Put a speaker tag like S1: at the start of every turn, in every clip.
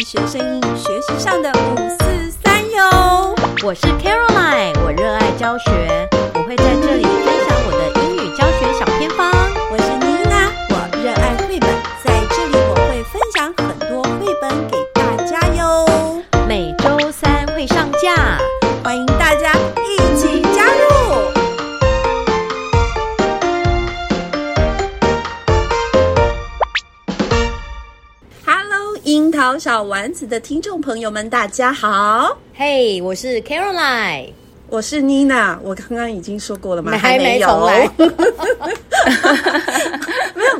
S1: 医学生英语学习上的五四三哟。
S2: 我是 Caroline，我热爱教学，我会在这里分享我的英语教学小偏方。
S1: 我是妮娜，我热爱绘本，在这里我会分享很多绘本给大家哟，
S2: 每周三会上架。
S1: 欢迎大家一起加入。Hello，樱桃小丸子的听众朋友们，大家好，
S2: 嘿、我是 Caroline。
S1: 我是妮娜。我刚刚已经说过了吗？
S2: 没
S1: 还没有
S2: 重来
S1: 没有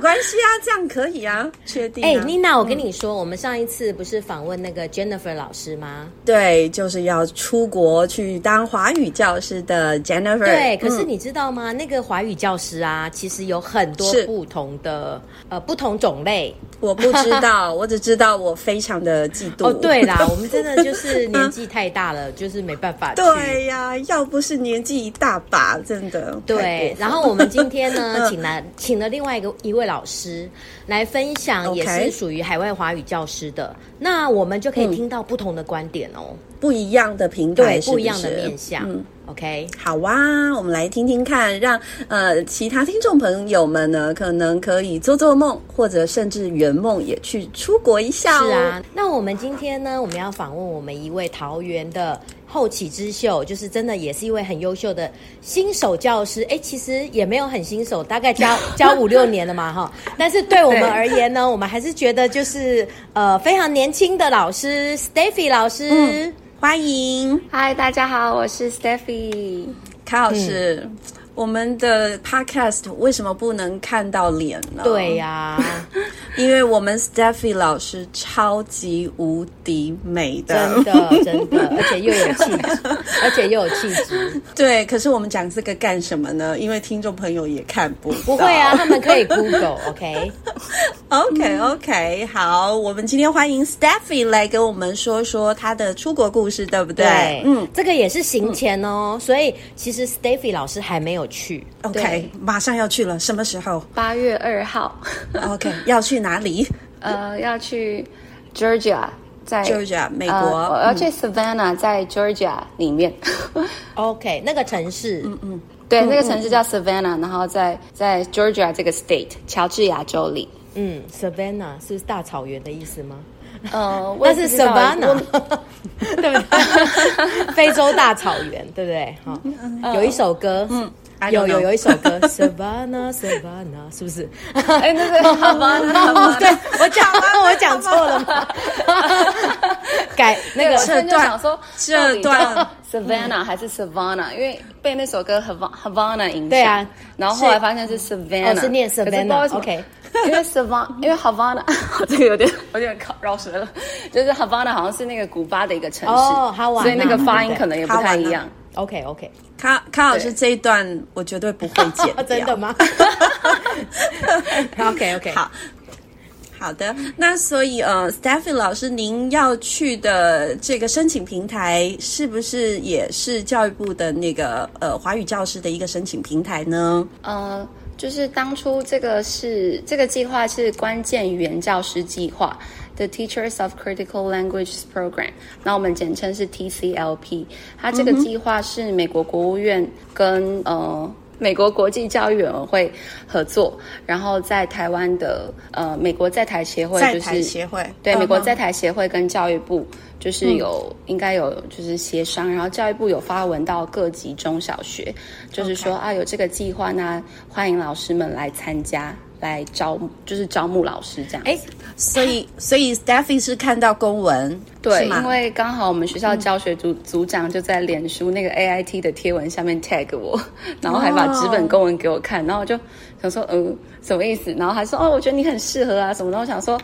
S1: 关系啊，这样可以啊，确定、啊。
S2: 哎、妮娜，我跟你说，我们上一次不是访问那个 Jennifer 老师吗？
S1: 对，就是要出国去当华语教师的 Jennifer。
S2: 对，可是
S1: 嗯
S2: 你知道吗？那个华语教师啊，其实有很多
S1: 是
S2: 不同的呃不同种类。
S1: 我不知道， 我只知道我非常的嫉妒。
S2: 哦，对 啦，我们真的就是年纪太大了，就是没办 法去。
S1: 对呀、要不是年纪一大把，真的太过
S2: 对
S1: 分，
S2: 然后我们今天呢， 请来请了另外一个一位老师来分享，
S1: OK 嗯
S2: 也是属于海外华语教师的。那我们就可以听到不同的观点哦，
S1: 不一样的平台
S2: 对，
S1: 是是嗯
S2: 不一样的面向。OK，
S1: 好哇、我们来听听看，让呃其他听众朋友们呢，可能可以做做梦，或者甚至圆梦，也去出国一下哦。
S2: 是啊，那我们今天呢，我们要访问我们一位桃园的后起之秀，就是真的也是一位很优秀的新手教师。哎，其实也没有很新手，大概教教五六年了嘛，哈。但是对我们
S1: 对
S2: 而言呢，我们还是觉得就是呃非常年轻的老师 Steffi 老师。
S1: 嗯欢迎
S3: 嗨，大家好，我是 Stephy。
S1: 卡老师。
S2: 嗯
S1: 我们的 podcast 为什么不能看到脸呢？
S2: 对呀、
S1: 因为我们 Steffi 老师超级无敌美
S2: 真的真的，而且又有气质，而且又有气质。
S1: 对，可是我们讲这个干什么呢？因为听众朋友也看不到
S2: 不 会啊，嗯他们可以 Google，OK？、
S1: OK OK，好，我们今天欢迎 Steffi 来跟我们说说她的出国故事，对不对？
S2: 嗯
S1: 嗯，
S2: 这个也是行前哦，所以其实 Steffi 老师还没有去。
S1: ，OK，
S3: 对
S1: 马上要去了，什么时候
S3: 八月二号，
S2: 哦
S1: ？OK，要去哪里
S3: 呃，要去 Georgia，在
S1: ？Georgia，美国。
S3: 呃，我
S1: 嗯
S3: 要去 Savannah，在 Georgia 里面。
S2: OK，那个城市，嗯嗯，
S3: 对，那个城市叫 Savannah，然后在在 Georgia 这个 state，乔治亚州里。
S2: 嗯 Savannah 是大草原的意思吗？
S3: 呃，我也
S2: 但是
S3: 不知道
S2: Savannah，
S3: 我
S2: 对不 对？非洲大草原，对不对？哈、有一首歌，嗯
S1: I don't
S2: 有有
S1: know
S2: 有一首 歌 Savannah Savannah，是不 是？
S3: 哎，那是 Havana。
S2: 对我讲我讲错了吗？ 改那
S3: 对，我
S2: 个
S3: 突然就
S1: 这段
S3: 想说，
S1: 这
S3: 到底
S1: 段
S3: 是 Savannah 还是 Savannah？因为被那首歌 Hava- Havana 影响，
S2: 对啊
S3: 然后后来发现是 Savannah，
S2: 哦是念
S3: 可不知道为什么
S2: Savannah，OK
S3: 因为 Savannah，因为 Havana，这个 有点有点靠绕舌了，就是 Havana 好像是那个古巴的一个城市，
S2: 哦哈瓦那
S3: 所以那个发音
S2: 对不对
S3: 可能也不太一
S1: 哈瓦
S3: 样。
S2: OK OK，
S1: 卡卡老师这一段我绝对不会剪
S3: 啊
S1: 掉，
S2: 真的吗 ？OK OK，
S1: 好。好的，那所以呃，Steffi 老师，您要去的这个申请平台是不是也是教育部的那个呃华语教师的一个申请平台呢？
S3: 呃，就是当初这个是这个计划是关键语言教师计划，The Teachers of Critical Languages Program，那我们简称是 TCLP。它这个计划是美国国务院跟呃。美国国际教育委员会合作，然后在台湾的呃，美国在台协会
S1: 在
S3: 就是
S1: 台协会，
S3: 对，美国
S1: 嗯哼嗯
S3: 在台协会跟教育部就是有、应该有就是协商，然后教育部有发文到各级中小学，就是说啊有这个计划，那欢迎老师们来参加，来招募就是招募老师这样。
S2: 哎，
S1: 所以所以 Steffi 是看到公文，
S3: 对，
S1: 是吗
S3: 因为刚好我们学校教学组、组长就在脸书那个
S1: 嗯
S3: AIT 的贴文下面 tag 我， 然后还把纸本公文给我看，然后我就想说，嗯，什么意思？然后还说，哦，我觉得你很适合啊什么的。然后我想说，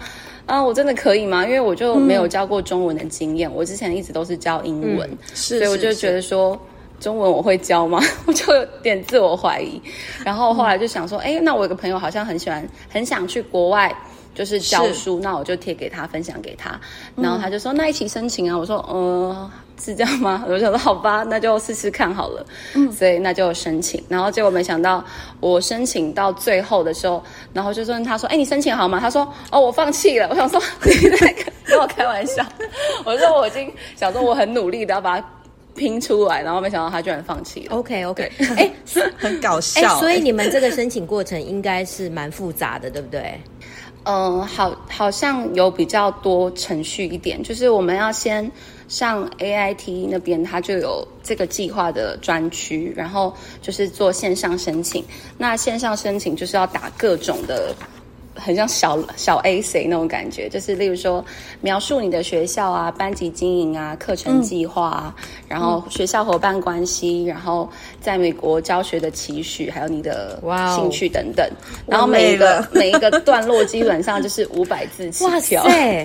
S3: 啊，我真的可以吗？因为我就没
S1: 嗯
S3: 有教过中文的经验，我之前一直都是教英文，
S1: 是
S3: 所以我
S1: 是
S3: 就是觉得说。中文我会教吗？ 我就有点自我怀疑，然后后来就想说，哎、那我有个朋友好像很喜欢，很想去国外，就是教
S1: 是嗯
S3: 书，那我就贴给他，分享给他，然后他就说、那一起申请啊，我说呃是这样吗？我就想说好吧，那就试试看好了，嗯，所以那就申请，然后结果没想到我申请到最后 的时候，然后就问他说，哎、你申请好吗？他说哦我放弃了，我想说你在跟跟我开开玩笑，我说我已经想说我很努力的要把它拼出来，然后没想到他居然放弃了。
S2: OK OK，哎
S1: 很搞
S2: 哎、
S1: 笑、
S2: 所
S1: 哎
S2: 以你们这个申请过程应该是蛮复杂的，对不对？
S3: 嗯、好，好像有比较多程序一点，就是我们要先上 AIT 那边，它就有这个计划的专区，然后就是做线上申请。那线上申请就是要打各种的。很像小小 A C 那种感觉，就是例如说描述你的学校啊、班级经营啊、课
S2: 嗯
S3: 程计划啊，然后学校伙伴关系，然后在美国教学的期许，还有你的
S2: 哇哦
S3: 兴趣等等。然
S1: 我
S3: 后每
S1: 累
S3: 一个
S1: 了
S3: 每一个段落基本上就是五百字起
S2: 哇
S3: 跳。
S2: 塞，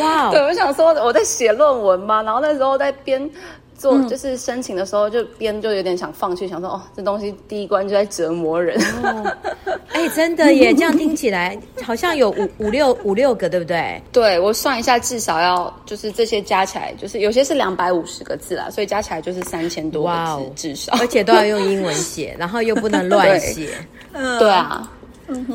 S2: 哇
S3: 对，
S2: 哦，
S3: 我想说我在写论文嘛，然后那时候在边做、就是申请的时候，就边就有点想放弃，想说哦，这东西第一关就在折磨人。
S2: 哎、真的耶，这样听起来好像有五五六五六个，对不对？
S3: 对我算一下，至少要就是这些加起来，就是有些是两百五十个字啦，所以加起来就是三千多个字、
S2: 哇哦
S3: 至少。
S2: 而且都要用英文写，然后又不能乱写。
S3: 对啊，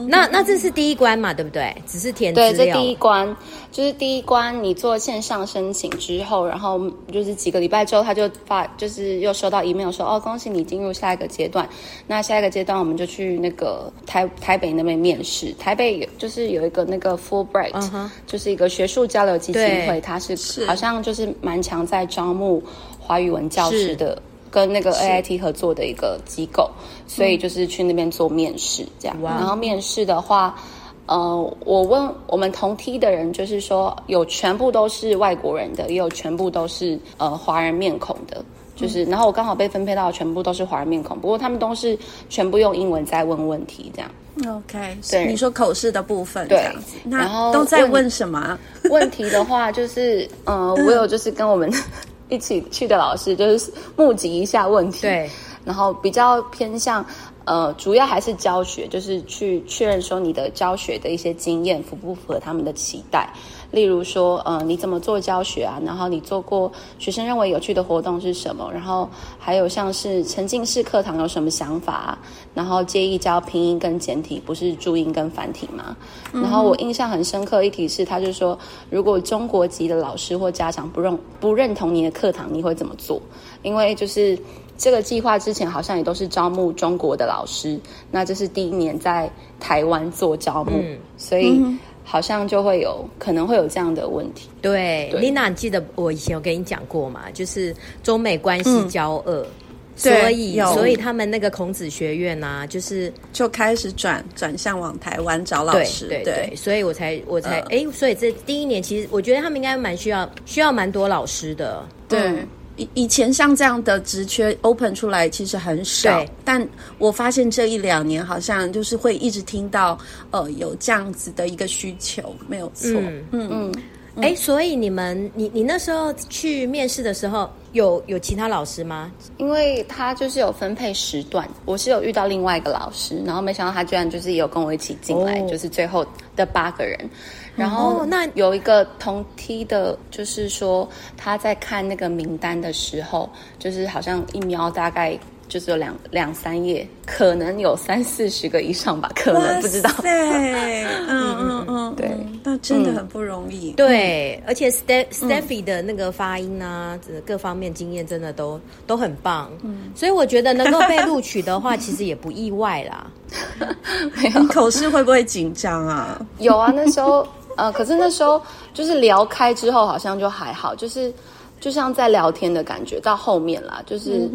S2: 那那这是第一关嘛，对不对？只是填资
S3: 对，
S2: 料。
S3: 这第一关就是第一关，你做线上申请之后，然后就是几个礼拜之后，他就发，就是又收到 email 说，哦，恭喜你进入下一个阶段。那下一个阶段，我们就去那个台台北那边面试。台北有就是有一个那个 Fulbright，、
S2: 嗯哼
S3: 就是一个学术交流基金
S2: 对
S3: 会，它是好像就是蛮强在招募华语文教师
S2: 是嗯
S3: 的。跟那个 AIT 合作的一个机构，所以就是去那边做面试这样。
S2: 哇
S3: 然后面试的话，呃，我问我们同梯的人，就是说有全部都是外国人的，也有全部都是呃华人面孔的。就是，
S2: 嗯
S3: 然后我刚好被分配到全部都是华人面孔，不过他们都是全部用英文在问问题，这样
S1: OK，
S3: 对
S1: 你说口试的部分
S3: 对
S1: 这样子，那
S3: 然后
S1: 都在
S3: 问
S1: 问什么？
S3: 问题的话，就是呃，我有就是跟我们 一起去的老师，就是募集一下问题，
S2: 对，
S3: 然后比较偏向呃，主要还是教学，就是去确认说你的教学的一些经验符不符合他们的期待。例如说，呃，你怎么做教学啊？然后你做过学生认为有趣的活动是什么？然后还有像是沉浸式课堂有什么想法、啊？然后介意教拼音跟简体，不是注音跟繁体吗？然后我印象很深刻一题是，他就说，如果中国籍的老师或家长不认不认同你的课堂，你会怎么做？因为就是这个计划之前好像也都是招募中国的老师，那这是第一年在台湾做招募，所以好像就会有可能会有这样的问题。
S2: 对
S3: 对
S2: ，Lina，你记得我以前有跟你讲过嘛，就是中美关系交恶，
S1: 嗯对
S2: 所以
S1: 有
S2: 所以他们那个孔子学院啊，就是
S1: 就开始转转向往台湾找老
S2: 对
S1: 师，
S2: 对哦对，所以我才我才哎、所以这第一年其实我觉得他们应该蛮需要需要蛮多老师的，
S1: 对，嗯以以前像这样的职缺 open 出来其实很少
S2: 对，
S1: 但我发现这一两年好像就是会一直听到，呃，有这样子的一个需求，没有错。
S2: 嗯嗯嗯，哎、所以你们你你那时候去面试的时候，有有其他老师吗？
S1: 嗯
S3: 因为他就是有分配时段，我是有遇到另外一个老师，然后没想到他居然就是也有跟我一起进来，
S2: 哦
S3: 就是最后的八个人。然后
S2: 哦那
S3: 有一个同梯的，就是说他在看那个名单的时候，就是好像一瞄大概就是有两两三页，可能有三四十个以上吧，可能不知道。
S1: 对， 嗯嗯嗯，
S3: 对
S1: 嗯，那真的很不容易。
S2: 对，而且 Ste
S1: 嗯
S2: Stephy 的那个发音啊，这各方面经验真的都都很棒，
S1: 嗯
S2: 所以我觉得能够被录取的话，其实也不意外啦。
S1: 你口试会不会紧张啊？
S3: 有啊，那时候呃，可是那时候就是聊开之后，好像就还好，就是就像在聊天的感觉。到后面啦，就是、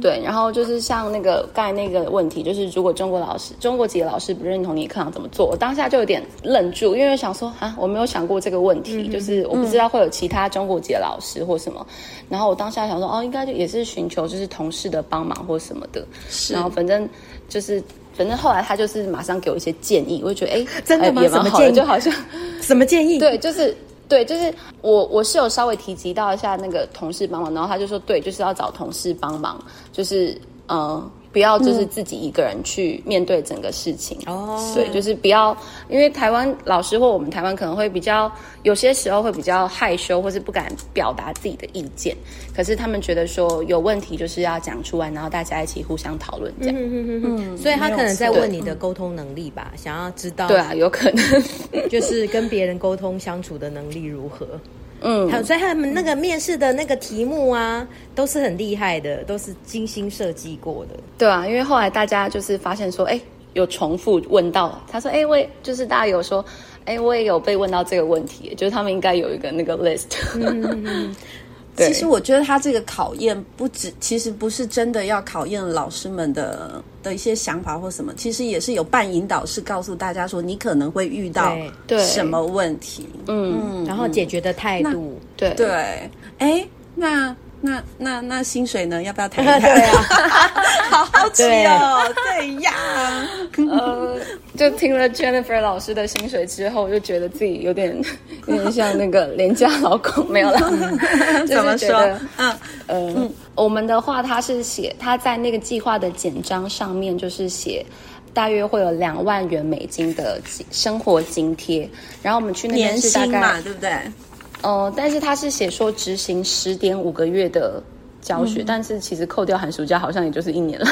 S3: 对，然后就是像那个刚才那个问题，就是如果中国老师、中国籍的老师不认同你课堂怎么做，我当下就有点愣住，因为我想说啊，我没有想过这个问题，就是我不知道会有其他中国籍的老师或什么。然后我当下想说，哦，应该就也是寻求就是同事的帮忙或什么的。
S1: 是
S3: 然后反正就是。反正后来他就是马上给我一些建议，我就觉得哎，
S2: 真的
S3: 哎
S2: 吗
S3: 也
S2: 什
S3: 蛮
S2: 么
S3: 好的，
S2: 建议
S3: 就好像
S2: 什么建议？
S3: 对，就是对，就是我我是有稍微提及到一下那个同事帮忙，然后他就说对，就是要找同事帮忙，就是嗯、呃不要就是自己一个人去面对整个事情。
S2: 哦
S3: 对，就是不要，因为台湾老师或我们台湾可能会比较，有些时候会比较害羞，或是不敢表达自己的意见。可是他们觉得说有问题就是要讲出来，然后大家一起互相讨论这样。
S2: 嗯
S3: 嗯
S2: 所以他可能在
S1: 没有
S2: 问你的沟通能力吧，想要知道
S3: 对啊，有可能。
S2: 就是跟别人沟通相处的能力如何。
S3: 嗯
S2: 还有，所以他们那个面试的那个题目啊，都是很厉害的，都是精心设计过的。
S3: 对啊，因为后来大家就是发现说，哎，有重复问到，他说，哎，我也就是大家有说，哎，我也有被问到这个问题，就是他们应该有一个那个 list。对嗯
S1: 其实我觉得他这个考验不止，其实不是真的要考验老师们的的一些想法或什么，其实也是有半引导式告诉大家说你可能会遇到
S2: 对
S3: 对
S1: 什么问题。
S3: 嗯，
S2: 然后解决的态度，
S3: 对
S1: 对，哎，那那那那薪水呢？要不
S3: 嗯
S1: 要谈一
S2: 对
S1: 谈？
S2: 啊，
S1: 好好奇哦，对呀，
S3: 呃，就听了 Jennifer 老师的薪水之后，我就觉得自己有点 有点像那个廉价劳 工，没有啦， 就
S1: 怎么
S3: 是觉
S1: 说
S3: 得？
S1: 嗯，
S3: 呃，我们的话，他是写他在那个计划的简章上面就是写。大约会有两万元美金的生活津贴，然后我们去那边
S1: 年
S3: 是大
S1: 薪嘛，
S3: 概，
S1: 对不对？
S3: 呃，但是他是写说执行十点五个月的教学，
S1: 嗯
S3: 但是其实扣掉寒暑假好像也就是一年了，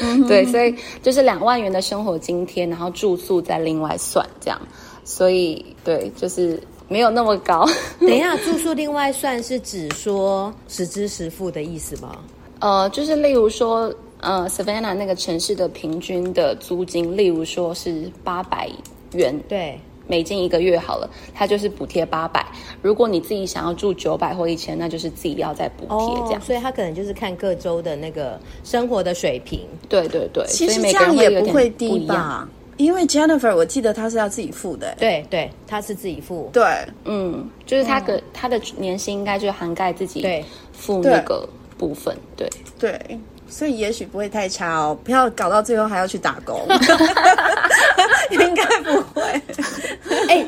S1: 嗯
S3: 对，所以就是两万元的生活津贴，然后住宿再另外算这样，所以对，就是没有那么高，
S2: 等一下，住宿另外算是指说实支实付的意思吗？
S3: 呃，就是例如说，呃，Savannah 那个城市的平均的租金，例如说是八百元
S2: 对，
S3: 美金一个月好了，它就是补贴八百。如果你自己想要住九百或一千，那就是自己要再补贴这样。
S2: 哦
S1: 哦
S2: 所以他可能就是看各州的那个生活的水平。
S3: 对对对，
S1: 其
S3: 所以
S1: 实
S3: 每
S1: 这
S3: 个人
S1: 样也
S3: 有
S1: 不
S3: 点
S1: 会
S3: 不
S1: 低
S3: 一样。
S1: 吧？因为 Jennifer，我记得她是要自己付的，
S2: 对对，他是自己付。
S1: 对，
S3: 嗯，就是它的、它的年薪应该就涵盖自己
S2: 对
S3: 付
S1: 对
S3: 那个部分，对。
S1: 对，所以也许不会太差哦，不要搞到最后还要去打工， 应该不会。
S2: 哎、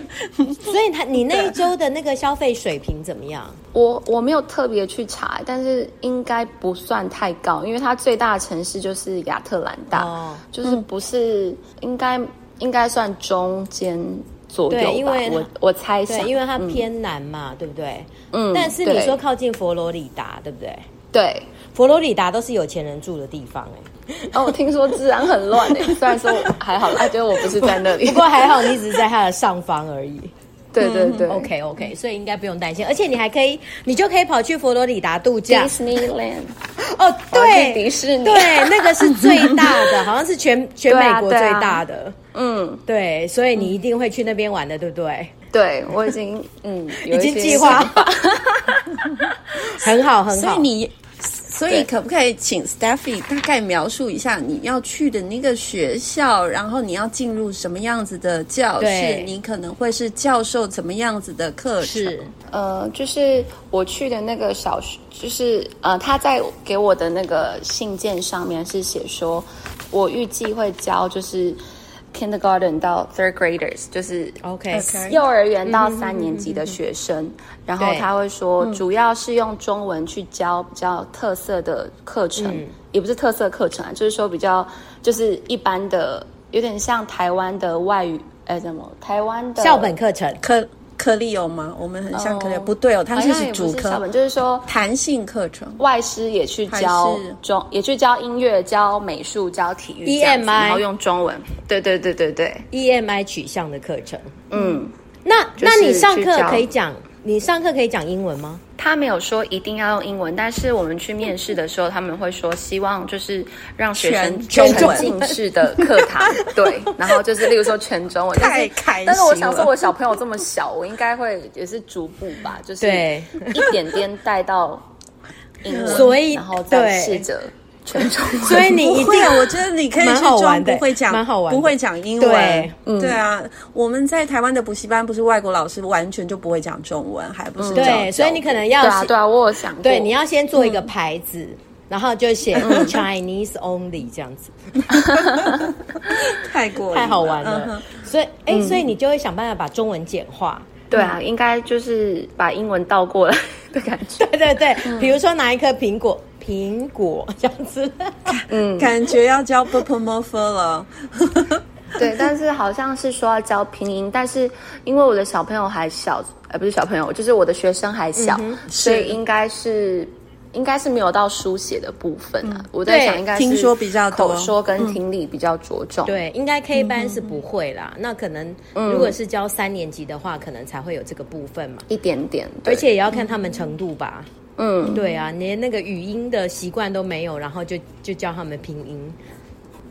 S2: 所以他你那一周的那个消费水平怎么样？
S3: 我我没有特别去查，但是应该不算太高，因为它最大的城市就是亚特兰大，
S2: 哦
S3: 就是不是、应该应该算中间左右吧？
S2: 对因为
S3: 我我猜
S2: 对，
S3: 想，
S2: 因为它
S3: 嗯
S2: 偏南嘛，对不对？
S3: 嗯
S2: 但是你
S3: 对
S2: 说靠近佛罗里达，对不对？
S3: 对
S2: 佛罗里达都是有钱人住的地方、哎，
S3: 哦，我听说治安 很乱诶，虽然说我还好啦，觉得我不是在那里
S2: 不，过还好你只是在它的上方而已。
S3: 对对 对
S2: OK OK，所以应该不用担心，而且你还可以，你就可以跑去佛罗里达度假。
S3: Disneyland
S2: 哦，
S3: 对
S2: 对，
S3: 迪士尼，
S2: 对，那个是最大 的，好像是全全美国最大的。
S3: 嗯，
S2: 对，所以你一定会去那边玩的，对不对？
S3: 对我已经嗯有
S2: 已
S3: 一
S2: 经
S3: 些
S2: 计划
S3: 想法
S2: 很好，很
S1: 所
S2: 好。
S1: 以你，所以可不可以请 Steffi 大概描述一下你要去的那个学校，然后你要进入什么样子的教室
S2: 对？
S1: 你可能会是教授怎么样子的课程？
S2: 是
S3: 呃，就是我去的那个小学，就是呃，他在给我的那个信件上面是写说，我预计会教就是 kindergarten 到 third graders，就是呃
S2: OK，嗯
S1: OK
S3: 幼儿园到三年级的学生，然后
S2: 对嗯
S3: 他会说，主要是用中文去教比较特色的课程，
S2: 嗯
S3: 也不是特色课程啊，就是说比较就是一般的，有点像台湾的外语，哎，怎么台湾的
S2: 校本课程
S1: 科科利有吗？我们很像科利有，
S3: 哦
S1: 不对哦，它
S3: 好
S1: 是
S3: 像也不
S1: 主
S3: 是校
S1: 科
S3: 本，就是说
S1: 弹性课程。
S3: 外师也去教
S1: 还是
S3: 中，也去教音乐、教美术、教体育
S2: EMI
S3: 这样子然后用中文。对对对对对，
S2: EMI E 取向的课程。
S3: 嗯，
S2: 那
S3: 就是
S2: 那你上课
S3: 去教
S2: 可以讲，你上课可以讲英文吗？
S3: 他没有说一定要用英文，但是我们去面试的时候，他们会说希望就是让学生
S1: 全
S3: 全
S1: 中文
S3: 进式的课 堂，对，然后就是例如说全中文，
S1: 太开心了
S3: 但是但是我想说，我小朋友这么小，我应该会也是逐步吧，就是
S2: 对
S3: 一点点带到英文，
S2: 所以
S3: 然后再
S2: 对
S3: 试着全中文，
S2: 所以你 一
S1: 不会
S2: 定
S1: 啊，我觉得你可以
S2: 蛮
S1: 去
S2: 好玩
S1: 装
S2: 的
S1: 不会讲，
S2: 蛮好玩的
S1: 不会讲英
S2: 对
S1: 文。对啊，我们在台湾的补习班，不是外国老师完全就不会讲中文，还不是这样
S2: 对，所以你 可能要
S3: 啊对啊
S2: 写
S3: 对啊，我有想过，
S2: 对，你要先做一个牌子，然后就写
S1: 嗯
S2: Chinese only 这样子，
S1: 太过瘾
S2: 太好玩了。
S1: 嗯哼
S2: 所以，哎、所以你就会想办法把中文简化。
S3: 对啊，应该就是把英文倒过来的感觉。
S1: 嗯
S2: 对对对，比如说拿一颗苹果，苹果 这样 子。
S1: 感觉要教 b u p m o f 了。
S3: 对，但是好像是说要教拼音，但是因为我的小朋友还小，呃，不是小朋友，就是我的学生还小，所以应该是应该是没有到书写的部分啊。我在想，
S2: 对
S3: 应该是
S1: 听说比较多
S3: 口说跟听力比较着重。
S2: 对，应该 K 班是不会啦。
S1: 嗯
S2: 那可能如果是教三年级的话，可能才会有这个部分嘛。
S3: 一点点，
S2: 而
S3: 对
S2: 且也要看他们程度吧。
S3: 嗯
S2: 对啊，连那个语音的习惯都没有，然后就就教他们拼音。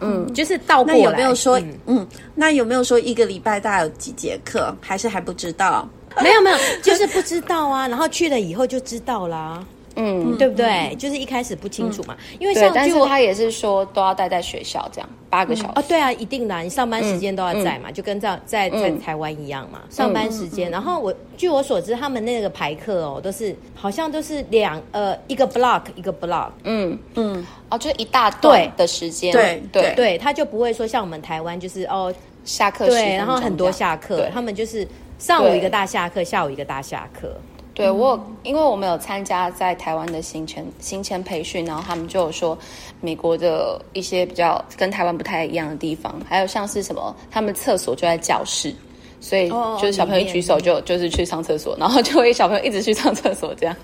S2: 嗯，就是倒过
S1: 那
S2: 来。
S1: 有没有说
S2: 嗯，
S1: 嗯，那有没有说一个礼拜大概有几节课？还是还不知道？
S2: 没有没有，就是不知道啊。 然后去了以后就知道啦，
S3: 嗯，
S2: 对不对？就是一开始不清楚嘛，因为
S3: 对，
S2: 像
S3: 但
S2: 据
S3: 是
S2: 我
S3: 他也是说都要待在学校这样八个小时。
S2: 啊，对啊，一定啦，你上班时间都要在嘛，就跟在在在
S3: 嗯
S2: 台湾一样嘛，上班时间。然后我据我所知，他们那个排课哦，都是好像都是两呃一个 block 一个 block，
S3: 嗯嗯，哦，就是一大段
S2: 对
S3: 的时间，
S1: 对
S3: 对，
S2: 对，他就不会说像我们台湾就是哦
S3: 下课10分
S2: 对，
S3: 钟
S2: 然后很多
S3: 这样
S2: 下课
S3: 对，
S2: 他们就是上午
S3: 对
S2: 一个大下课，下午一个大下课。
S3: 对我有，
S2: 嗯
S3: 因为我们有参加在台湾的行前行前培训，然后他们就有说美国的一些比较跟台湾不太一样的地方，还有像是什么，他们厕所就在教室，所以
S2: 哦哦
S3: 就是小朋友一举手就就是去上厕所，然后就会小朋友一直去上厕所 这样，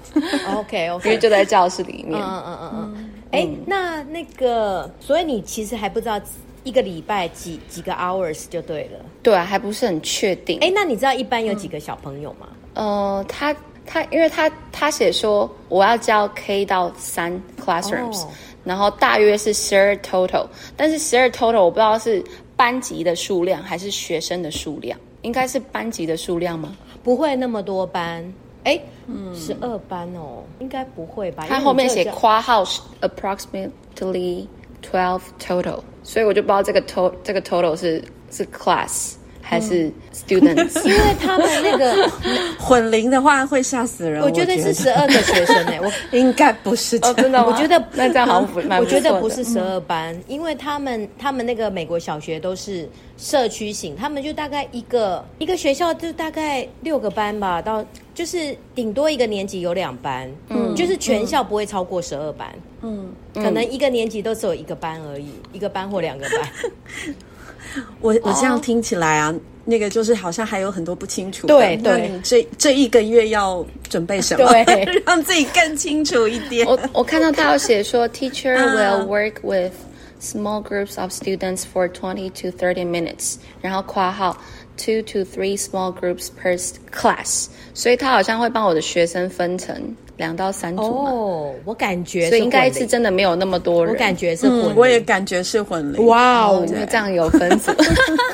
S3: 啊
S2: OK
S3: 因为
S2: OK，
S3: 就在教室里面。
S2: 嗯嗯嗯嗯嗯，哎，那那个，所以你其实还不知道一个礼拜几几个 hours 就对了。
S3: 对啊，还不是很确定。
S2: 哎，那你知道一般有几个小朋友吗？
S3: 呃，他他，因为他他写说我要教 K 到三 classrooms，、
S2: 哦
S3: 然后大约是十二 total，但是十二 total 我不知道是班级的数量还是学生的数量，应该是班级的数量吗？
S2: 不会那么多班，哎，十二班哦，应该不会吧？
S3: 他后面写
S2: 因为你只有
S3: 括号是 approximately twelve total，所以我就不知道这个 to 这个 total 是是 class 还是 students，、
S2: 这样，因为他们那 个，
S1: 混龄的话会吓死人。
S2: 我
S1: 我
S2: 觉得是十二个学生哎，我
S1: 应该不是这
S3: 哦，
S1: 样。
S3: 真的吗？
S2: 我觉得
S3: 那这样好像不蛮
S2: 我觉得
S3: 错
S2: 不嗯
S3: 的
S2: 是十二班，因为他们他们那个美国小学都是社区型，他们就大概一个一个学校就大概六个班吧，到就是顶多一个年级有两班，嗯，就是全校不会超过十二班，嗯，可能一个年级都只有一个班而已，一个班或两个班，
S1: 我我这
S3: 哦
S1: 样听起来啊，那个就是好像还有很多不清楚的。
S2: 对
S1: 那
S2: 对
S1: 你这这一个月要准备什么？
S2: 对
S1: 让自己更清楚一点。
S3: 我我看到他有写说 ，teacher
S1: 啊
S3: will work with small groups of students for twenty to thirty minutes，然后括号 two to three small groups per class，所以他好像会帮我的学生分成两到三组 嘛，
S2: 哦，我感觉
S3: 所以
S2: 是
S3: 应该
S2: 混
S3: 是
S2: 龄
S3: 真的没有那么多
S2: 嗯
S3: 人，
S2: 我感觉是混龄、
S1: 我也感觉是混龄。哇，
S2: 哇
S3: 哦，因为这样有分组，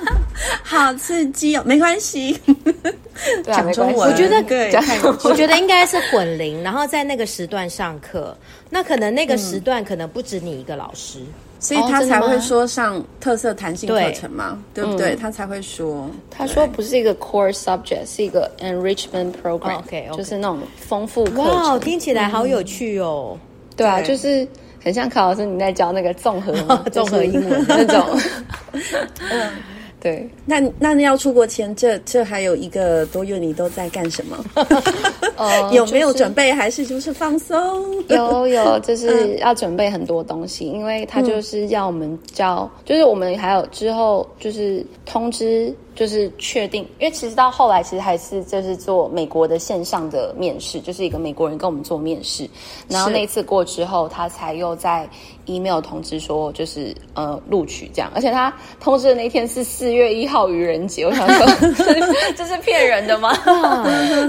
S1: 好刺激哦！没关系，
S3: 对啊，
S1: 讲
S3: 没
S1: 中
S3: 关系，
S1: 文。
S2: 我觉得
S1: 对，
S3: 讲
S1: 看
S2: 我觉得应该是混龄，然后在那个时段上课，那可能那个时段可能不止你一个老师，
S1: 所以
S3: 哦
S1: 他
S3: 真的
S1: 才会
S3: 吗嗯
S1: 说上特色弹性课
S2: 对
S1: 程嘛，对不对？他才会说。
S3: 他说不是一个 core subject，是一个 enrichment program，、
S2: 哦，OK，OK
S3: 就是那种丰富课
S2: 哇哦，
S3: 程，
S2: 听起来好有趣哦。
S3: 对啊，
S1: 对
S3: 就是很像考老师你在教那个综合嘛
S2: 综合英文
S3: 就是那种。嗯， 对，
S1: 那那要出国前，这这还有一个多月，你都在干什 么？
S3: 呃
S1: 有没有
S3: 就是
S1: 准备，还是就是放松？
S3: 有有，就是要准备很多东西，因为他就是要我们教，就是我们还有之后就是通知，就是确定，因为其实到后来其实还是就是做美国的线上的面试，就是一个美国人跟我们做面试，然后
S1: 是
S3: 那一次过之后，他才又在 email 通知说就是呃录取这样，而且他通知的那一天是四月一号愚人节，我想说这这是骗人的吗？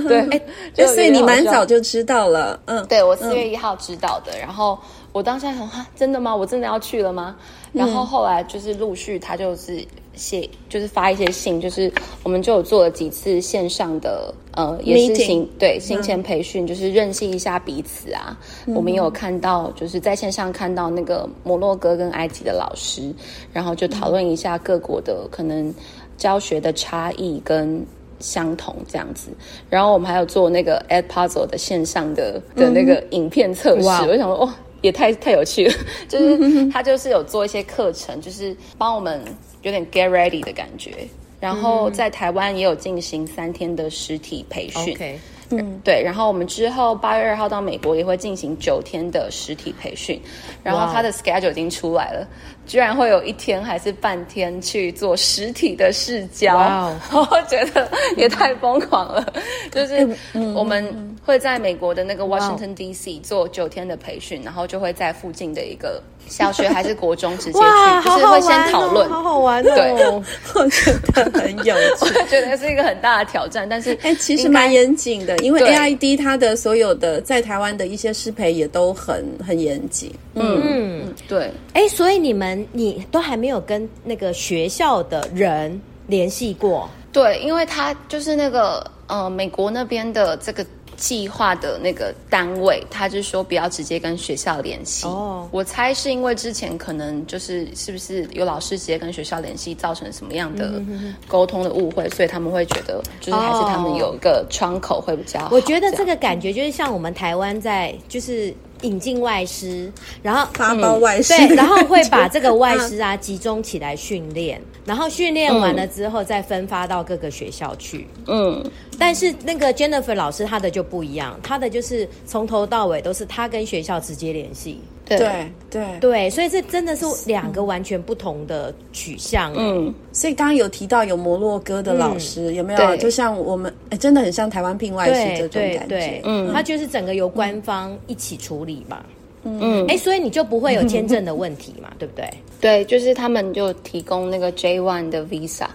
S3: 对，
S1: 就
S3: 有
S1: 所以
S3: 点
S1: 你
S3: 好
S1: 蛮
S3: 笑
S1: 早就知道了，嗯，
S3: 对我四月一号知道的，然后我当下想，哈，真的吗？我真的要去了吗？然
S1: 嗯
S3: 后后来就是陆续他就是写，就是发一些信，就是我们就有做了几次线上的呃，也是
S1: Meeting
S3: 行对行前培训，就是认识一下彼此啊。我们也有看到，就是在线上看到那个摩洛哥跟埃及的老师，然后就讨论一下各国的可能教学的差异跟相同这样子。然后我们还有做那个 Ed Puzzle 的线上的的那个影片测试，
S2: 哇
S3: 我想说哦。也太太有趣了， 就是他就是有做一些课程，就是帮我们有点 get ready 的感觉。然后在台湾也有进行三天的实体培训
S2: OK，
S3: 嗯，对。然后我们之后八月二号到美国也会进行九天的实体培训，然
S2: 哦
S3: 后它的 schedule 已经出来了，居然会有一天还是半天去做实体的试教，
S2: 哇哦
S3: 我觉得也太疯狂了。
S2: 嗯
S3: 就是我们会在美国的那个
S2: 哦
S3: Washington D.C. 做九天的培训，然后就会在附近的一个小学还是国中直接
S2: 哇，
S3: 去，就
S2: 好
S3: 是
S2: 好
S3: 会先
S2: 玩
S3: 讨
S2: 哦，
S3: 论。
S2: 好好玩哦
S3: 对！
S1: 我觉得很有趣。
S3: 我觉得是一个很大的挑战，但是
S1: 哎、其实
S3: 应该
S1: 蛮严谨的，因为
S3: 对
S1: AID 它的所有的在台湾的一些师培也都很很严谨。嗯，
S3: 对，
S2: 哎，所以你们你都还没有跟那个学校的人联系过，
S3: 对，因为他就是那个呃，美国那边的这个计划的那个单位，他就说不要直接跟学校联系。
S2: 哦
S3: 我猜是因为之前可能就是是不是有老师直接跟学校联系，造成什么样
S2: 嗯
S3: 的沟通的误会，所以他们会觉得就是还是他们有一个窗口会比较好。
S2: 哦我觉得
S3: 这
S2: 这
S3: 样
S2: 个感觉就是像我们台湾在就是引进外师，然后
S1: 发包外事、
S2: 对，然后会把这个外师啊集中起来训练，然后训练完了之后再分发到各个学校去。
S3: 嗯，
S2: 但是那个 Jennifer 老师她的就不一样，她的就是从头到尾都是她跟学校直接联系。
S3: 对。
S1: 对对
S2: 对，所以这真的是两个完全不同的取向。嗯，
S3: 嗯，
S1: 所以刚刚有提到有摩洛哥的老师，有没有？
S3: 对
S1: 就像我们、哎真的很像台湾聘外师这
S2: 对
S1: 种
S2: 对
S1: 感
S2: 对
S1: 觉，。
S2: 嗯，它就是整个由官方一起处理嘛。嗯，哎、所以你就不会有签证的问题嘛，对不对？
S3: 对，就是他们就提供那个 J one 的 visa，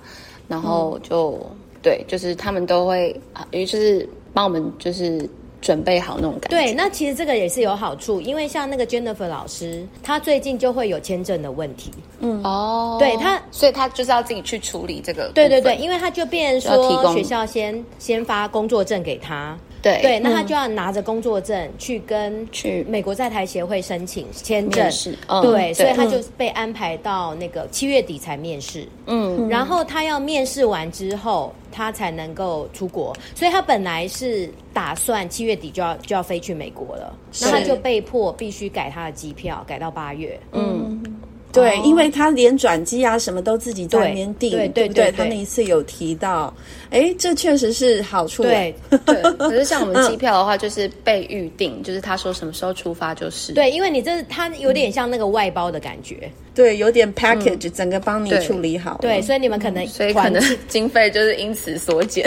S3: 然后
S2: 嗯
S3: 就、对，就是他们都会啊，也就是帮我们就是准备好那种感觉。
S2: 对，那其实这个也是有好处，因为像那个 Jennifer 老师，她最近就会有签证的问题。
S3: 哦，
S2: 对他
S3: 所以他就是要自己去处理这个。
S2: 对对对，，因为她就变成
S3: 要提
S2: 说
S3: 供
S2: 学校先先发工作证给她。
S3: 对
S2: 对，那她就要拿着工作证去跟
S3: 嗯去
S2: 美国在台协会申请签证
S3: 面试，嗯
S2: 对，
S3: 对
S2: 所以她就被安排到那个七月底才面试。
S3: 嗯，
S2: 然后他要面试完之后，他才能够出国，所以他本来是打算七月底就要就要飞去美国了，那他就被迫必须改他的机票，改到八月。嗯，
S1: 对，因为他连转机啊什么都自己在那边订，
S2: 对对
S1: 哦对不
S2: 对对
S1: 他那一次有提到，哎，这确实是好处。啊
S2: 对
S3: 对。 可是像我们机票的话，就是被预定，就是他说什么时候出发就是。
S2: 对，因为你这他有点像那个外包的感觉，
S1: 对，有点 package，、整个帮你
S3: 对
S1: 处理好了。
S2: 对，所以你们可能
S3: 嗯所以可
S2: 团
S3: 能
S2: 聚
S3: 经费就是因此缩减，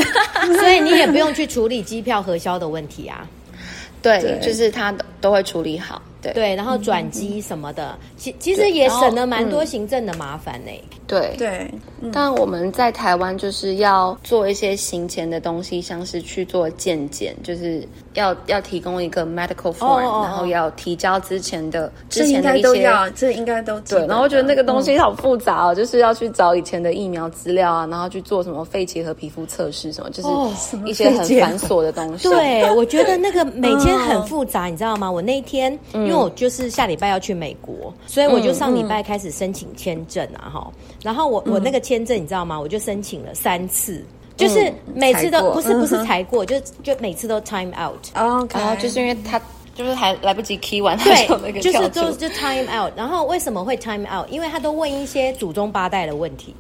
S2: 所以你也不用去处理机票核销的问题啊。
S3: 对，
S1: 对
S3: 就是他都都会处理好，对
S2: 对，然后转机什么的，其其实也
S3: 然后
S2: 省了蛮多行政的麻烦呢、
S3: 对嗯
S1: 对，
S3: 但我们在台湾就是要做一些行前的东西，像是去做健检，就是要要提供一个 medical form，、
S2: 哦哦
S3: 然后要提交之前的
S1: 这
S3: 之
S1: 应
S3: 前的
S1: 该
S3: 一
S1: 都
S3: 些。
S1: 要，这应该都
S3: 对，然后我觉得那
S1: 个
S3: 个东西好复杂哦，就是要去找以前的疫苗资料啊，然后去做什么肺结核皮肤测试什么，就是
S2: 哦
S3: 一些
S1: 什么
S3: 很
S1: 肺结核
S3: 繁琐的东西。
S2: 对，我觉 得那嗯个每天很复杂，你知道吗？我那一天，因为我就是下礼拜要去美国，所以我就上礼拜开始申请签证啊，哈、然后我我那个签证你知道吗？我就申请了三次，就是每
S1: 才
S2: 次都
S1: 过
S2: 不是不是
S1: 嗯哼
S2: 才嗯过，就就每次都 time out。
S1: ，OK，
S3: 然后就是因为他就是还来不及 key 完，他就
S2: 对，
S3: 那个
S2: 就
S3: 跳
S2: 是
S3: 出
S2: 就就 time out，然后为什么会 time out？因为他都问一些祖宗八代的问题，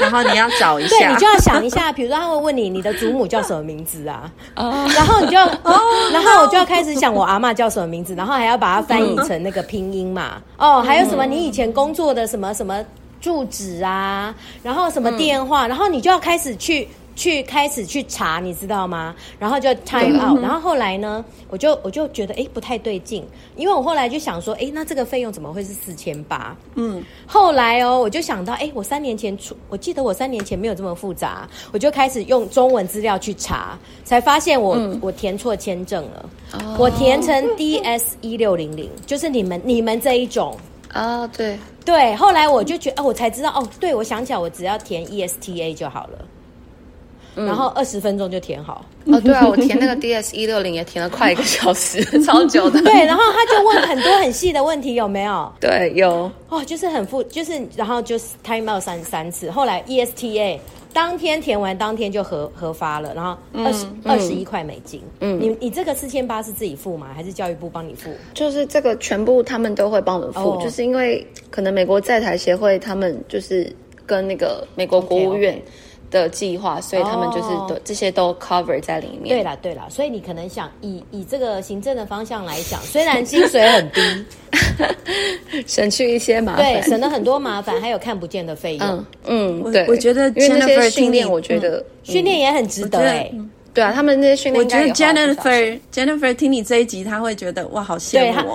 S1: 然后你要找一
S2: 对
S1: 下，
S2: 你就要想一下，比如说他会问你你的祖母叫什么名字啊，
S1: 哦
S2: 然后你 就，然后我就要开始想我阿嬷叫什么名字，然后还要把它翻译成那个拼音嘛。
S1: 嗯
S2: 哦，还有什么你以前工作的什么什么住址啊，然后什么电
S1: 嗯
S2: 话，然后你就要开始去。去开始去查，你知道吗？然后就
S1: 嗯
S2: time out，然后后来呢，我就我就觉得哎不太对劲，因为我后来就想说，哎，那这个费用怎么会是四千八？嗯，后来哦，我就想到，哎，我三年前出，我记得我三年前没有这么复杂，我就开始用中文资料去查，才发现我、我填错签证了，我填成 DS 一六零零，就是你们你们这一种。
S3: 啊，对，
S2: 对，后来我就觉哦，我才知道哦，对，我想起来，我只要填 E ESTA 就好了，然后二十分钟就填好。
S3: 哦对啊，我填那个 DS 一六零也填了快一个小时， 超久的。
S2: 对，然后他就问很多很细的问题，有没有？
S3: 对，有
S2: 哦，就是很复，就是然后就是 time out 三三次，后来 E ESTA 当天填完，当天就核核发了，然后二十二十一块美金。嗯，你你这个四千八是自己付吗？还是教育部帮你付？
S3: 就是这个全部他们都会帮我们付
S2: 哦
S3: 就是因为可能美国在台协会他们就是跟那个美国国务院的计划，所以他们就是
S2: 哦
S3: 都、这些都 cover 在里面。
S2: 对啦，对啦，所以你可能想以嗯以这个行政的方向来讲，虽然薪水很 低，
S3: 省去一些麻烦。
S2: 啊对，省了很多麻烦，还有看不见的费用，
S3: 嗯嗯，
S1: 我
S3: 对，
S1: 我觉得
S3: 因为那
S1: Jennifer
S3: 些训练，
S1: 听你
S3: 我觉得、
S2: 训练也很值得
S1: 我觉得
S2: 哎、欸
S3: 对啊，他们那些训 练
S1: 我
S3: 应
S1: 觉
S3: 该
S1: 得
S3: 也花了不少钱，
S1: Jennifer Jennifer 听你这一集，他会觉得哇，好羡
S2: 对他
S1: 慕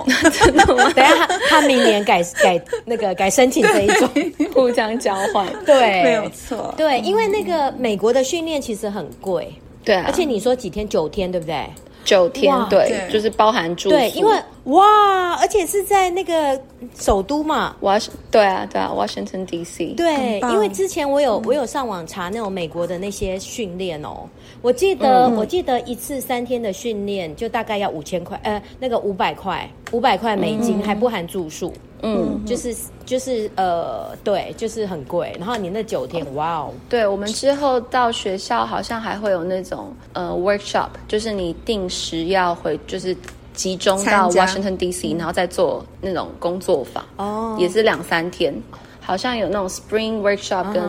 S1: 哦。，
S2: 等一下他他明年改 改那个改申请这一种，
S3: 互相交换，
S2: 对，
S1: 没有错
S2: 对，因为那个美国的训练其实很贵，
S3: 对啊，
S2: 而且你说几天九天对不对？
S3: 九天
S2: 哇
S3: 对，
S1: 对
S3: 就是包含住宿，
S2: 对，因为哇，而且是在那个首都嘛，
S3: Wash 对啊对啊，Washington D.C.
S2: 对，
S1: 很棒
S2: 因为之前我有我有上网查那种美国的那些训练哦，我记得、我记得一次三天的训练就大概要五千块，呃，那个五百块，五百块美金、还不含住宿，嗯，就是就是呃，对，就是很贵。然后你那九天，哇哦，
S3: 对我们之后到学校好像还会有那种呃 workshop，就是你定时要回就是。集中到
S1: 参加
S3: Washington D.C.，然后再做那种工作坊，
S2: 嗯哦
S3: 也是两三天，好像有那种 Spring
S2: 嗯
S3: workshop 跟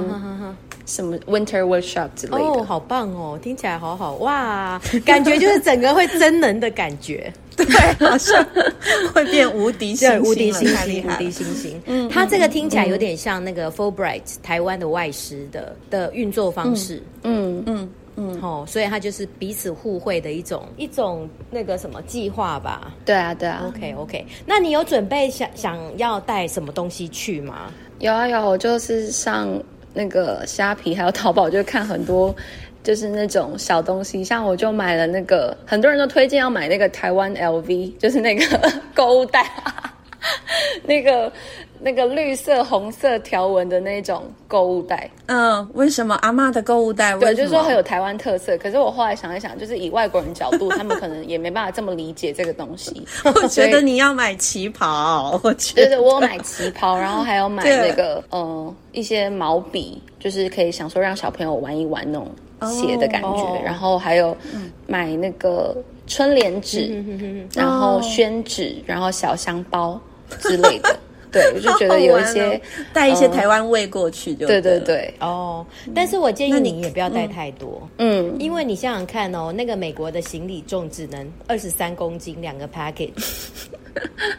S3: 什么 Winter workshop 之类的。
S2: 哦，好棒哦，听起来好好 哇，感觉就是整个会真人的感觉。
S1: 对，好像会变无敌星
S2: 对，
S1: 星了，
S2: 无敌星
S1: 太厉
S2: 星，无
S1: 害
S2: 敌
S1: 了。
S2: 星星。嗯，它这个听起来有点像那个 Fulbright 台湾的外师的的运作方式。
S3: 嗯，
S2: 嗯，哦，所以它就是彼此互惠的一种一种那个什么计划吧。
S3: 对啊，对啊。
S2: OK OK，那你有准备想想要带什么东西去吗？
S3: 有啊有，我就是上那个虾皮还有淘宝，就看很多就是那种小东西，像我就买了那个，很多人都推荐要买那个台湾 LV，就是那个 购物袋，那个那个绿色红色条纹的那种购物袋，
S1: 嗯，为什么阿嬷的购物袋？
S3: 对，
S1: 为
S3: 就
S1: 什
S3: 是说
S1: 么
S3: 很有台湾特色。可是我后来想一想，就是以外国人角度，他们可能也没办法这么理解这个东 西。
S1: 我觉
S3: 所
S1: 得
S3: 以
S1: 你要买旗袍，我觉
S3: 对
S1: 得
S3: 对，我有买旗袍，然后还有买
S1: 对
S3: 那个呃一些毛笔，就是可以想说让小朋友玩一玩那种写的感觉，
S2: 哦
S3: 然后还有买那个春联纸，
S1: 嗯
S3: 然后宣纸，
S1: 哦
S3: 然后小香包之类的。对，我就觉得有一
S1: 好
S3: 些
S1: 玩哦，带一些
S3: 嗯
S1: 台湾味过去就
S3: 对
S1: 了。
S3: 对对，
S2: 哦，但是我建议
S1: 那你
S2: 你也不要带太多。
S3: 嗯，
S2: 因为你想想看哦，那个美国的行李重只能二十三公斤，两个 package。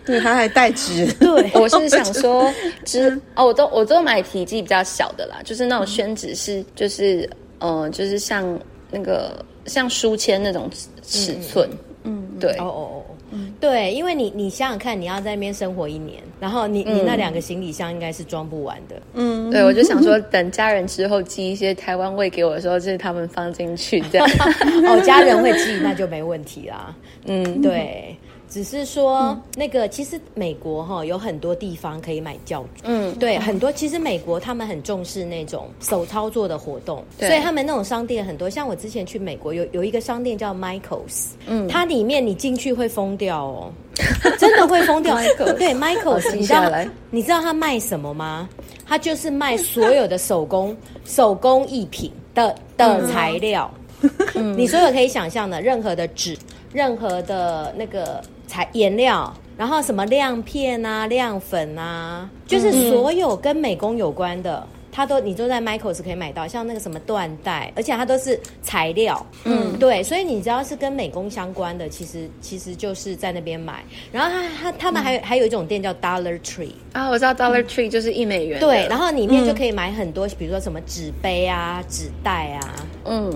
S1: 对，他还带纸，
S2: 对，
S3: 我是想说，之哦，我都我都买体积比较小的啦，就是那种宣纸是就是呃，就是像那个像书签那种尺尺寸，嗯，对
S2: 哦，哦哦，嗯，对，因为你你想想看，你要在那边生活一年，然后你、你那两个行李箱应该是装不完的。
S3: 对，我就想说，等家人之后寄一些台湾味给我的时候，就是他们放进去这样，
S2: 哦，家人会寄，那就没问题啦。嗯，对。只是说，那个其实美国哈、有很多地方可以买教具，嗯，对，很多其实美国他们很重视那种手操作的活动，
S3: 对
S2: 所以他们那种商店很多。像我之前去美国有有一个商店叫 Michaels，嗯，它里面你进去会疯掉 哦，真的会疯掉。对 Michaels，
S3: 记
S2: 你知道
S3: 下来
S2: 你知道他卖什么吗？他就是卖所有的手工手工艺品的的材料，你所有可以想象的任何的纸、任何的那个材颜料，然后什么亮片啊、亮粉啊，就是所有跟美工有关的。它都你都在 Michaels 可以买到，像那个什么缎带，而且它都是材料，嗯，对，所以你只要是跟美工相关的，其实其实就是在那边买。然后它它他们还有、还有一种店叫 Dollar Tree，
S3: 啊，我知道 Dollar Tree 就是一美元的，
S2: 对，然嗯后里面就可以买很多，比如说什么纸杯啊、纸袋啊，
S3: 嗯，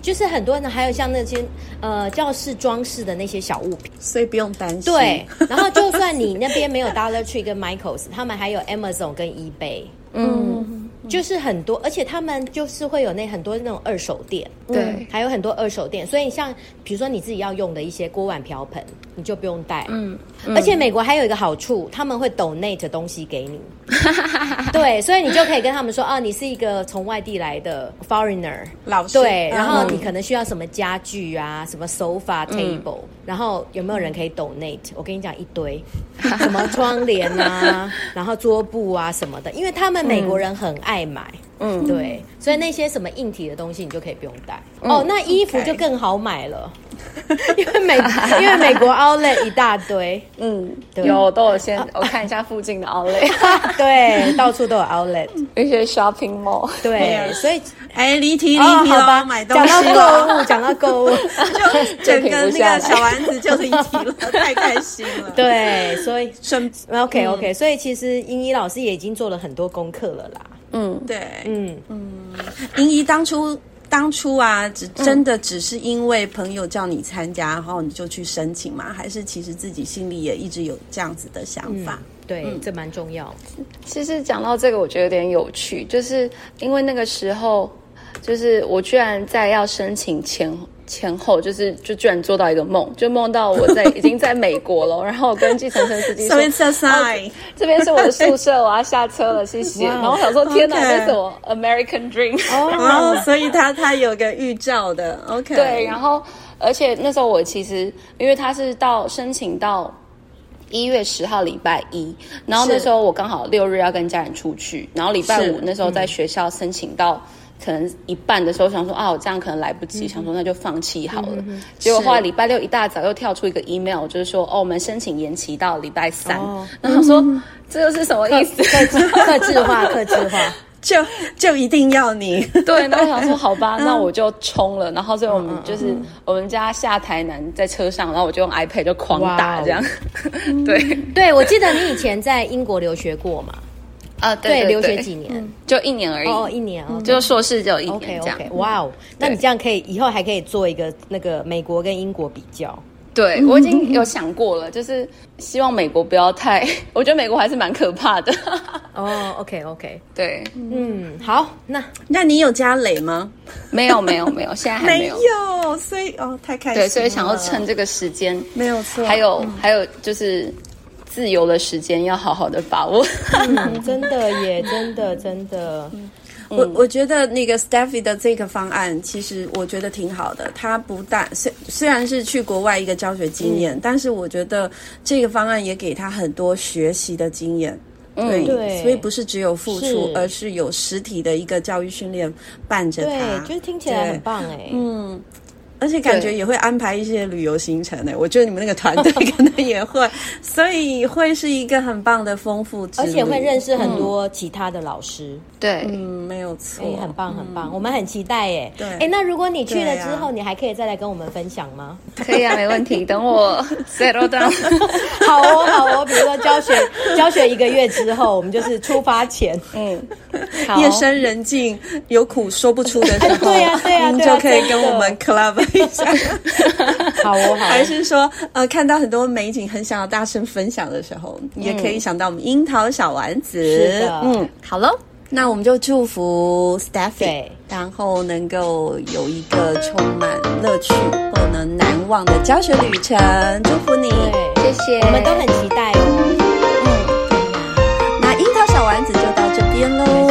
S2: 就是很多人还有像那些呃教室装饰的那些小物品。
S1: 所以不用担心。
S2: 对，然后就算你那边没有 Dollar Tree 跟 Michaels，他们还有 Amazon 跟 eBay，嗯，就是很多，而且他们就是会有那很多那种二手店，
S3: 对，
S2: 还有很多二手店，所以像比如说你自己要用的一些锅碗瓢盆，你就不用带。嗯，而且美国还有一个好处，他们会 donate 东西给你， 对，所以你就可以跟他们说，哦，你是一个从外地来的 foreigner，
S1: 老师
S2: 对，
S1: 嗯
S2: 然后你可能需要什么家具啊，什么 sofa
S1: 嗯
S2: table，、然后有没有人可以 donate？我跟你讲一堆，
S1: 嗯
S2: 什么窗帘 啊，然后桌布啊什么的，因为他们美国人很爱买。嗯，
S1: 嗯
S2: 对，所以那些什么硬体的东西你就可以不用带。哦，那衣服就更好买了。 因为美因为美国 Outlet 一大堆，
S3: 嗯，
S2: 对
S3: 有都有先我看一下附近的 outlet，
S2: 对，到处都有 Outlet，
S3: 一些 shopping mall。
S2: 对，所以
S1: 哎，离题离
S2: 哦，
S1: 题
S2: 好吧
S1: 了，买，东
S2: 讲
S1: 西
S2: 到
S1: 了，
S2: 购物，讲到购物，
S1: 就整个那个小丸子就离题了，太开心 了。，
S2: 对，所以
S1: 准
S2: OK OK，所以其实英一老师也已经做了很多功课了啦。
S3: 嗯，
S1: 对，
S2: 嗯，
S1: 英一当初当初啊，只
S3: 嗯
S1: 真的只是因为朋友叫你参加，然后你就去申请嘛？还是其实自己心里也一直有这样子的想法？
S2: 嗯对，这蛮重要。
S3: 其实讲到这个，我觉得有点有趣，就是因为那个时候，就是我居然在要申请前前后，就是就居然做到一个梦，就梦到我在已经在美国了，然后我跟计程车司机
S1: 所
S3: 说
S1: 以 it's a sign，、
S3: 这边是我的宿舍，我要下车了，谢谢。
S2: 哇
S3: 然后我想说，天哪，
S1: OK
S3: 这是我 American dream。
S1: 哦，所以他他有个预兆的，OK，
S3: 对，然后而且那时候我其实因为他是到申请到一月十号礼拜一，然后
S1: 是
S3: 那时候我刚好六日要跟家人出去，然后礼拜
S1: 是
S3: 五那时候在学校申请到。可能一半的时候想说啊，我这样可能来不及，想说那就放弃好了。结果后来礼拜六一大早又跳出一个 email，就是说哦，我们申请延期到礼拜三。
S2: 哦
S3: 然后我说、这又是什么意思？
S2: 克制化，克制化，
S1: 就就一定要 你，
S3: 对，那我想说好
S2: 嗯
S3: 吧，那我就冲了。然后所以我们就是我们家下台南在车上，然后我就用 iPad 就狂
S2: 哇
S3: 打
S2: 哦
S3: 这样。 对，
S2: 对，我记得你以前在英国留学过嘛？
S3: 啊
S2: 留学几年？
S3: 就一年而
S2: 哦，
S3: 已，
S2: 一年哦。
S3: 就硕士嗯就一
S2: OK
S3: 年这样
S2: OK，。哇哦，那你这样可以以后还可以做一个那个美国跟英国比较。嗯
S3: 对，我已经有想过了，就是希望美国不要太， 我觉得美国还是蛮可怕的。
S2: 哦，OK OK，
S3: 对，
S2: 嗯，好，那
S1: 那你有加累吗？
S3: 没有没有没有，现在还没有。
S1: 有，所以哦，太开心了。
S3: 对，所以想要趁这个时间，
S1: 没有错，
S3: 还有
S2: 嗯
S3: 还有就是自由的时间要好好的把握。
S2: 嗯真的耶，真的真的，
S1: 我
S2: 嗯
S1: 我觉得那个 Steffi 的这个方案，其实我觉得挺好的。他不但虽虽然是去国外一个教学经
S2: 嗯
S1: 验，但是我觉得这个方案也给他很多学习的经验。对，
S2: 嗯对
S1: 所以不是只有付出，
S2: 是
S1: 而是有实体的一个教育训练伴着
S2: 对
S1: 他。，嗯
S2: 就是听起来很棒哎。
S3: 嗯
S1: 而且感觉也会安排一些旅游行程欸呢。我觉得你们那个团队可能也会，所以会是一个很棒的丰富之
S2: 而
S1: 旅，
S2: 且会认识很多其他的老师，
S3: 对，
S1: 嗯，没有错，
S2: 哎、很棒很棒，我们很期待耶。
S1: 对
S2: 哎、那如果你去了
S1: 对
S2: 之
S1: 啊
S2: 后，你还可以再来跟我们分享吗？
S3: 可以啊，没问题。等我 settle down，
S2: 好哦好哦，比如说教 学教学一个月之后，我们就是出发前，
S3: 嗯，好，
S1: 夜深人静，有苦说不出的时候，
S2: 对呀对呀
S1: 您
S2: 对呀
S1: 就可以
S2: 真
S1: 跟
S2: 的
S1: 我们 club 一下。
S2: 好哦好
S1: 还
S2: 哦，
S1: 是说，呃，看到很多美景，很想要大声分享的时候，也可以想到我们樱桃小丸子。
S2: 是的
S1: 嗯，好喽，那我们就祝福 Steffi，
S2: 对
S1: 然后能够有一个充满乐趣或能难忘的教学旅程，祝福你。
S2: 对，
S3: 谢谢，
S2: 我们都很期待哦。
S1: 那樱桃小丸子就到这边喽，嗯
S2: 哦